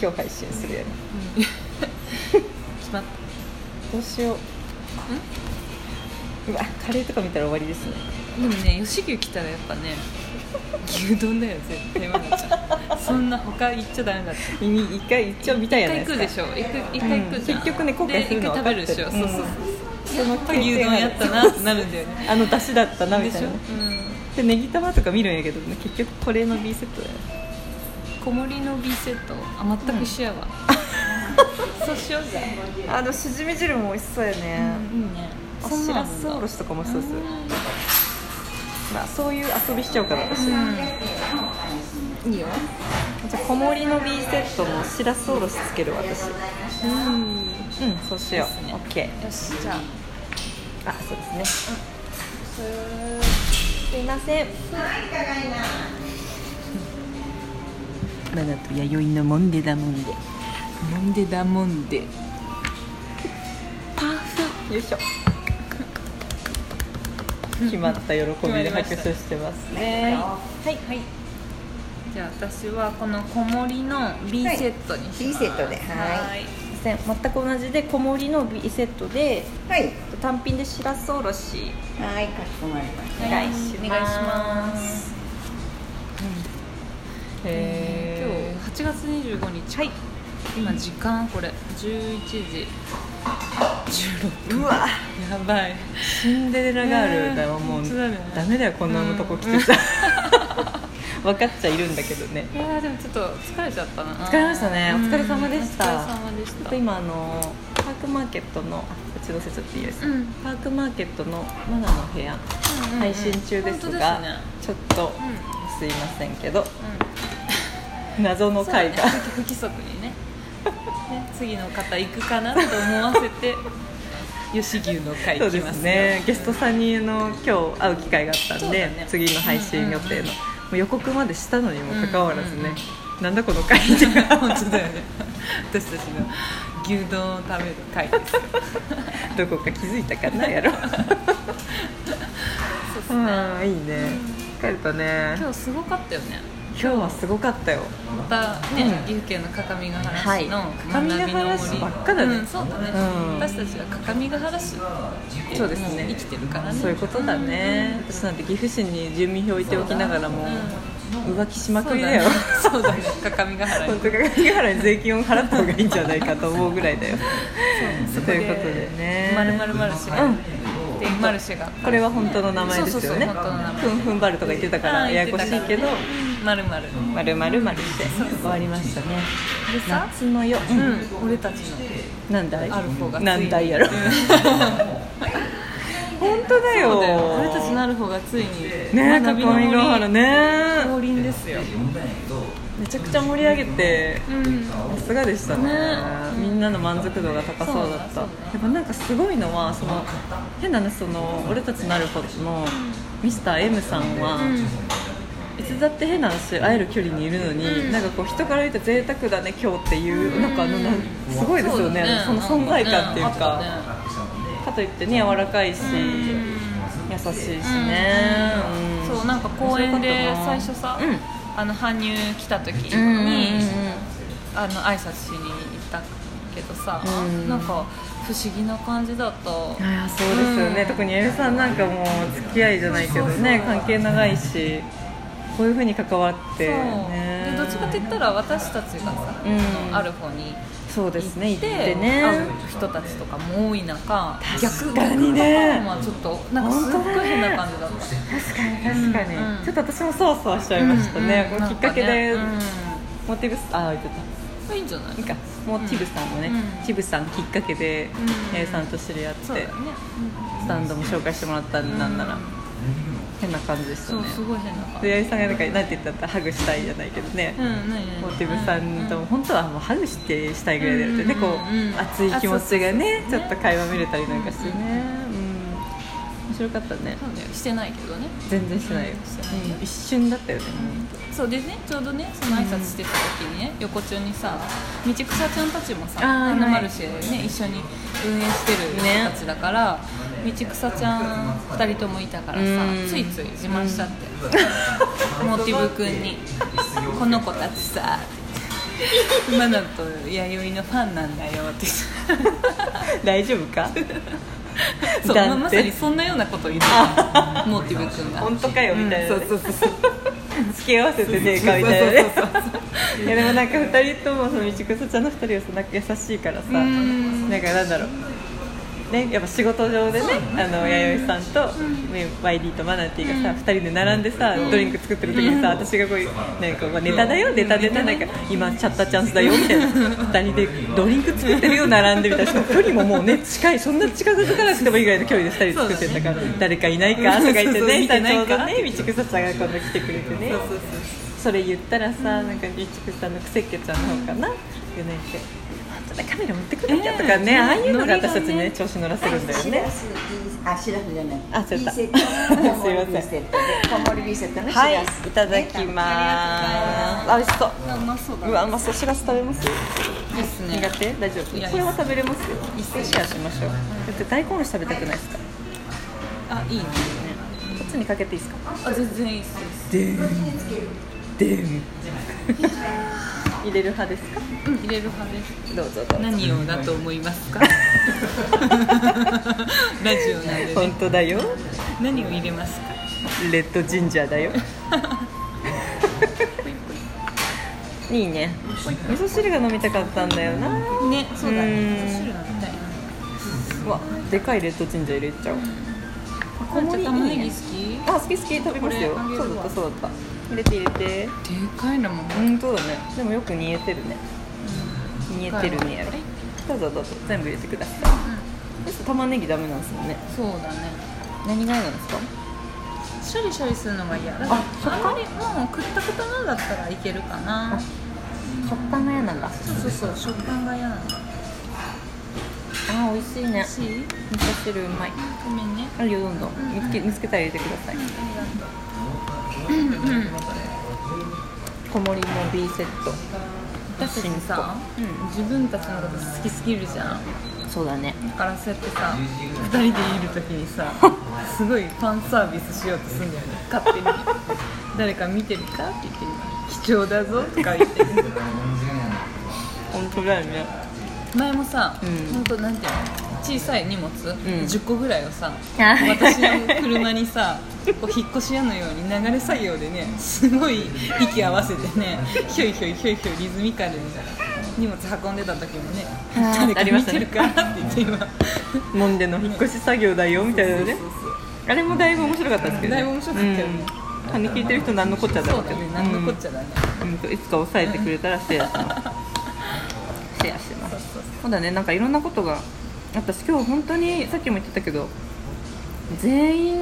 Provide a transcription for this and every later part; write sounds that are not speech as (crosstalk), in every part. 今日配信するやろうん決まっどうしよううわカレーとか見たら終わりですねたでもね吉牛来たらやっぱね (laughs) 牛丼だよ絶対まなちゃんそんな他行っちゃダメだって一回一応見た一やない回です食かうでしょ一回一回食うじゃん、うん結局ね後悔するのでは一分かっ回食べるてでしょ、るそうそうそうその経牛験丼あるやったなってなるんだよねあの出汁だったなみでたしいょ、なうん、でネギ玉とか見るんやけどね結局これの B セットだよ小盛りの B セットあ全く一緒やわ、そうしようじゃあのしじみ汁も美味しそうやねん、うん、いいねあしらすおろしとかもそうですまあそういう遊びしちゃうから私、うんいいよじゃあ小盛りの B セットのしらすおろしつけるわ私うんようんそうしよですう、ねオッケしじゃあーあそうですねそれすいませんマナと弥生のもんでだもんでもんでだもんでパフよいしょ (laughs) 決まった喜びで拍手してますねはい、はい、じゃあ私はこの小盛りの B はいセットにします、 B セットでははーい全く同じで小盛りの B セットではい。単品でしらすおろしはい、かしこまりましお願いしますお願いしますへ今日8月25日、はい、今時間これ11時16分うわやばいシンデレラガールだよもう本当だねダメだよこんなとこ来てさ分かっちゃいるんだけどねいやーでもちょっと疲れちゃったな疲れましたねお疲れ様でしたうんお疲れ様でしちょったと今あのパークマーケットのあうちのせちゃっていいですうんうんうんパークマーケットのマナの部屋うん配信中ですが、本当ですねちょっとうんすいませんけどうん謎のそうだ回ねが、不規則にねね次の方行くかなと思わせ (laughs) て吉牛の会 (laughs) そう行きでますすねゲストさんにあの今日会う機会があったそんうで、だね次の配信予定の、うんうんうんもう予告までしたのにもかかわらずね、うんうんなんだこの回って (laughs) 本当だよね私たちの牛丼を食べる会ですそう (laughs) どこか気づいたかなやろですね、うんいいね疲れたね今日すごかったよね今日はすごかったよまたね、うん岐阜県の各務原市のはい学びの森各務原市ばっかだねうん、そうだね、うん私たちは各務原市でそうですねも生きてるからねそういうことだね、私なんて岐阜市に住民票置いておきながらも浮気しまくりだよ、そうだねそうだね各務原本に当か鏡原に税金を払った方がいいんじゃないかと思うぐらいだよそということでねまるまるマルシェが、うんでマルシェがこれは本当の名前ですよねそうそうそう本当の名前ふんふんばるとか言ってたからややこしいけどまるまるまるまるまるって終わりましたねでさ、夏の夜、ううんん、俺たちの何台アルフォーがついに何台 (laughs) やろ本当だよそうだよ俺たちのアルフォーがついにねえ鏡学びの森ヶ原ね降臨ですよ、めちゃくちゃ盛り上げてうん、さすがでしたねねみんなの満足度が高そうだっそうだたそうやっぱなんかすごいのはその変なねその俺たちなることのミスター m さんは、んいつだって変な話会える距離にいるのに、なんかこう人から見て贅沢だね今日っていう、なんかあのなんすごいですよねその存在感っていうか、かといってね柔らかいし、優しいしね、うんそうなんか公園で最初さ、うんあの搬入来た時に、うんうんうんあの挨拶しに行ったけどさ、うんなんか不思議な感じだった、ああそうですよね、うん特にエルさんなんかもう付き合いじゃないけどね関係長いしこういうふうに関わってそうねでどっちかって言ったら私たちがさ、うんそのアルフォにそうですね行行っってて会ねう人たちとかも多い中確かにね逆パターンはちょっとなんかすっごい変な感じだった確かに確かに、うんちょっと私もそわそわしちゃいましたね、うんこのきっかけで、なんかねモティブスああ言ってたうんいいんじゃないいいかもうティブさんもね、うんティブさんきっかけでうん A さんと知り合って、そうだよね、スタンドも紹介してもらったんでなんなら、変な感じでしたそうねすごい変な感じで八重さんがなんかなんて言ったってハグしたいじゃないけどね、うん何何モテブさんとも本当はもうハグしてしたいぐらいだよね、うんうんこうんう熱い気持ちがねちあそょうそうそっとう会話見れたりなんかしてね、うん、面白かったねそうだよしてないけどね全然してないよ、してないようん一瞬だったよね、そうでねちょうどねその挨拶してた時にね、横丁にさ道草ちゃんたちもさあーあのはいマルシェね一緒に運営してる人たちだから、道草ちゃん2人ともいたからさうんついつい自慢しちゃって、モティブ君に「この子たちさ」って今だと弥生のファンなんだよって (laughs) 大丈夫か (laughs) そうだってまあまさ (laughs) にそんなようなことを言ってたモーティブ君が本当かよみたいな、うんねそうそうそう付け合わせてねえかみたいなねいやでもなんか二人ともその道草ちゃんの二人はさなんか優しいからさうんなんかなんだろうね、やっぱ仕事上でねあの弥生さんと、ね、YD とマナティーがさ、二人で並んでさドリンク作ってる時にさ、私がこういうなんか、まあ、ネタだよネタネタなんか今チャッタチャンスだよみたいな二人でドリンク作ってるよ並んでみたいなしかも距離ももうね近いそんな近づかなくてもいいぐらいの距離で二人作ってたから、誰かいないかとか言ってそうそうね見てないかちょうどね道草ちゃんが今度来てくれてねそれ言ったらさ、なんかリチクさんのクセっ気ちゃんの方かな、言うねって。本当だカメラ持ってくなきゃとかね、ええああいうのが私たちノリがねね調子乗らせるんだよしねら。すいいあしらすじゃないあそういだいセットね (laughs) すいませんコモリビセットでコモリビセットのしはい、らいすただきます。あ、美味しそう。うまそうだうねわ、うまそう、しらす食べます。いいっすね苦手、大丈夫。いやこれは食べれますよ。一斉シェアしましょう。だって大根おろし食べたくないですか。こあいいねっちにかけていいですか。あ全然いいっすいいっすでん。でん。入れる派ですか。うん入れる派ですどうぞどうぞ。何をだと思います (laughs) かラジオなんで、ね、本当だよ。何を入れますかレッドジンジャーだよ。いいね。味噌汁が飲みたかったんだよな。ねそうだねうん味噌汁飲みたいなうわ、でかいレッドジンジャー入れちゃおう。こんちゃん玉ねぎ好きあ、好き好き食べますよこれあ。げそうるだっわたそうだった。入れて入れて。でかいのもうん、そうだね。でもよく煮えてるね。煮えてるねやろはい。どうぞどうぞ全部入れてください。ちょっと玉ねぎダメなんですもんね。そうだね何がなんですか？処理処理するのが嫌だからあんまりもうくったくたのだったらいけるかな食感が嫌なんだ。そうそうそう食感が嫌なのあ、美味しいね欲。し味い噌汁うまい。ごめんねあるよどんどん見つけ見つけたら入れてください。うんうん小盛りも B セット。私たちさ、うん自分たちのこと好きすぎるじゃんそうだね。だからそうやってさ2人でいる時に (laughs) さすごいファンサービスしようとするんだよね勝手に誰か見てるかって言って「貴重だぞ」とか (laughs) 言って本当だよね。前もさ、うんほんとなんていうの小さい荷物、10個ぐらいをさあ (laughs) はい私の車にさこう引っ越し屋のように流れ作業でねすごい息合わせて (laughs) ねひょいひょいひょいひょいリズミカルに荷物運んでた時もねあー誰か見てるかって言って今もんでの引っ越し作業だよみたいなね。そうそうあれもだいぶ面白かったですけど、だいぶ面白かったよねうん、金聞いてる人なんのこっちゃだそろうけだどね、何のこっちゃだね、うんうんといつか抑えてくれたらシェアし (laughs) ますシェアしますそうだねなんかいろんなことが私今日本当にさっきも言ってたけど全員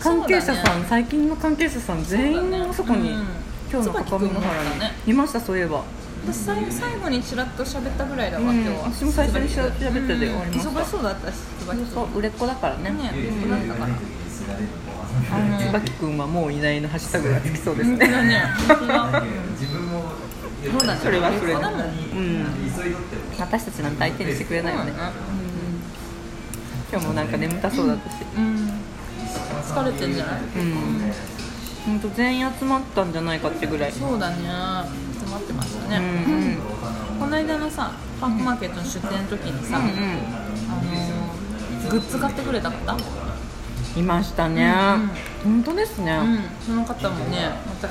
関係者そうさだん、ね最近の関係者さん全員のそこに、うん今日の椿各務君も原だねにいましたそういえば私最後最後にちらっと喋ったぐらいだわ、うん今日は私も最初にしゃ椿君喋ってて終わりましたうん忙しそうだったし椿君そう売れっ子だからねねそうだったからあの椿君はもういないのハッシュタグがつきそうです本当だね (laughs) ね本当だそうだねそれはそれそうでだもんうん私たちなんて相手にしてくれないよね今日もなんか眠たそうだったしうん疲れてんじゃないうん本当全員集まったんじゃないかってぐらいそうだね詰まってましたうね、んうんこの間のさパンクマーケットの出店の時にさ、うんあのーグッズ買ってくれた方うんいましたね本当ですねうん、その方もね、また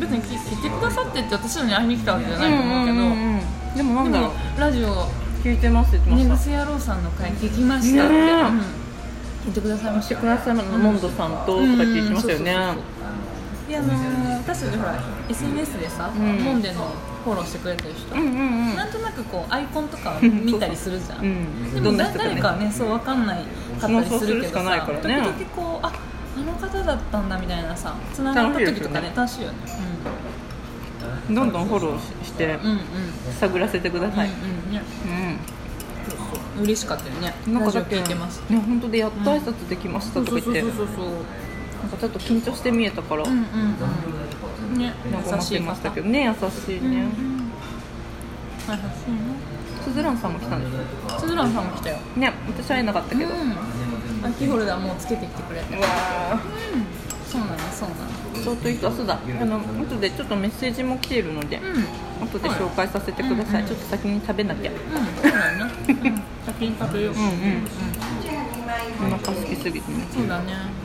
別に聞いてくださってって私らに会いに来たわけじゃないと思うけど、うんうんうんでもなんでだろもラジオう聞いてますって「言って寝まし癖野郎さんの回聞きました」って、ねえうん、聞いてくださいまたししてたくださいまのモンドさんとうんとか聞いてましたよねうんそうそうであのー私たちほら SNS でさ、んモンデのフォローしてくれてる人、うんうんうんなんとなくこうアイコンとか見たりするじゃん、うんでどもんなだ人かね誰かねそうわかんないかったりするけそうどそうするしかさないからね時々こうああの方だったんだみたいなさつながった時とかね楽しいよねどんどんフォローししてうんうんうん探らせてくださいうんうんねうん嬉しかったよねなんラかジだオって聞いてますね本当でやっと挨拶できましたそうとそかう言そっうてそなうそうんかちょっと緊張して見えたからうんうんねなんか優思っしていました方けどね優しいうんねうん優しスズランさんも来たんですよいなスズランさんも来たよね私会えなかったけど、うん秋ホルダーもうつけてきてくれてうわそうなのそうなのー相当いい人あそうだあの後でちょっとメッセージも来ているので、うん後で紹介させてください、ちょっと先に食べなきゃうんそうだよね、うん、先に食べよう、うんうんお腹空きすぎてねそうだね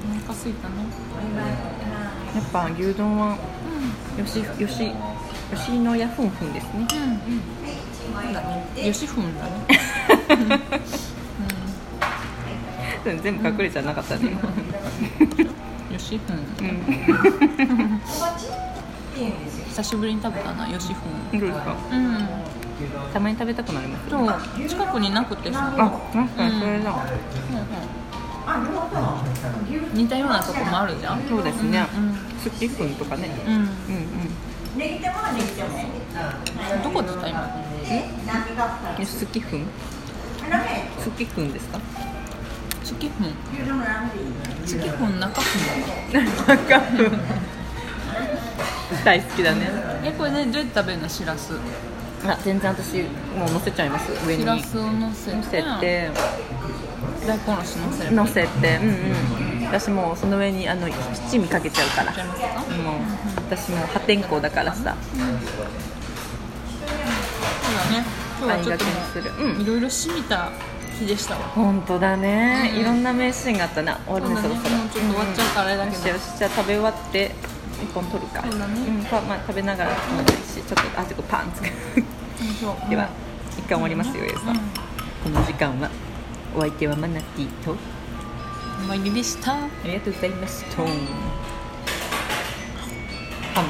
お腹すいたねやっぱ牛丼はよしよしよしのやふんふんですねうんうんそうだねよしふんだねうん全部隠れちゃなかったね今うんよしふんうん久しぶりに食べたなよしふどうですかんうんたまに食べたくなりますそう近くになくてさあ確かにそれだ、似たようなとこもあるじゃんそうですねうんすきくんとかねうん、うんうんどこでった今えすきくんすきくんですか月分月分中 (laughs) 分なんか大好きだねえこれねどうやって食べるのしらすあ全然私もう乗せちゃいます上にし乗らすをのせてせて大根おろしのせればい乗せてうんうん私もうその上にあの七味かけちゃうからっちゃいますかもう私もう破天荒だからさそうだね今日はちょありがっととうにするうんいろいろしみた日でしたわ本当だね、うんいろんな名シーンがあったな終わるねそそうだねろそもうろちょっと終わっちゃうからあれだよけしどよしじゃあ食べ終わって一本取るかそうだねんまあまあ、食べながらでもいいしちょっとあそこパンつくでは一回終わりますよ上さん、この時間はお相手はマナティーとお参りでしたありがとうございましたハム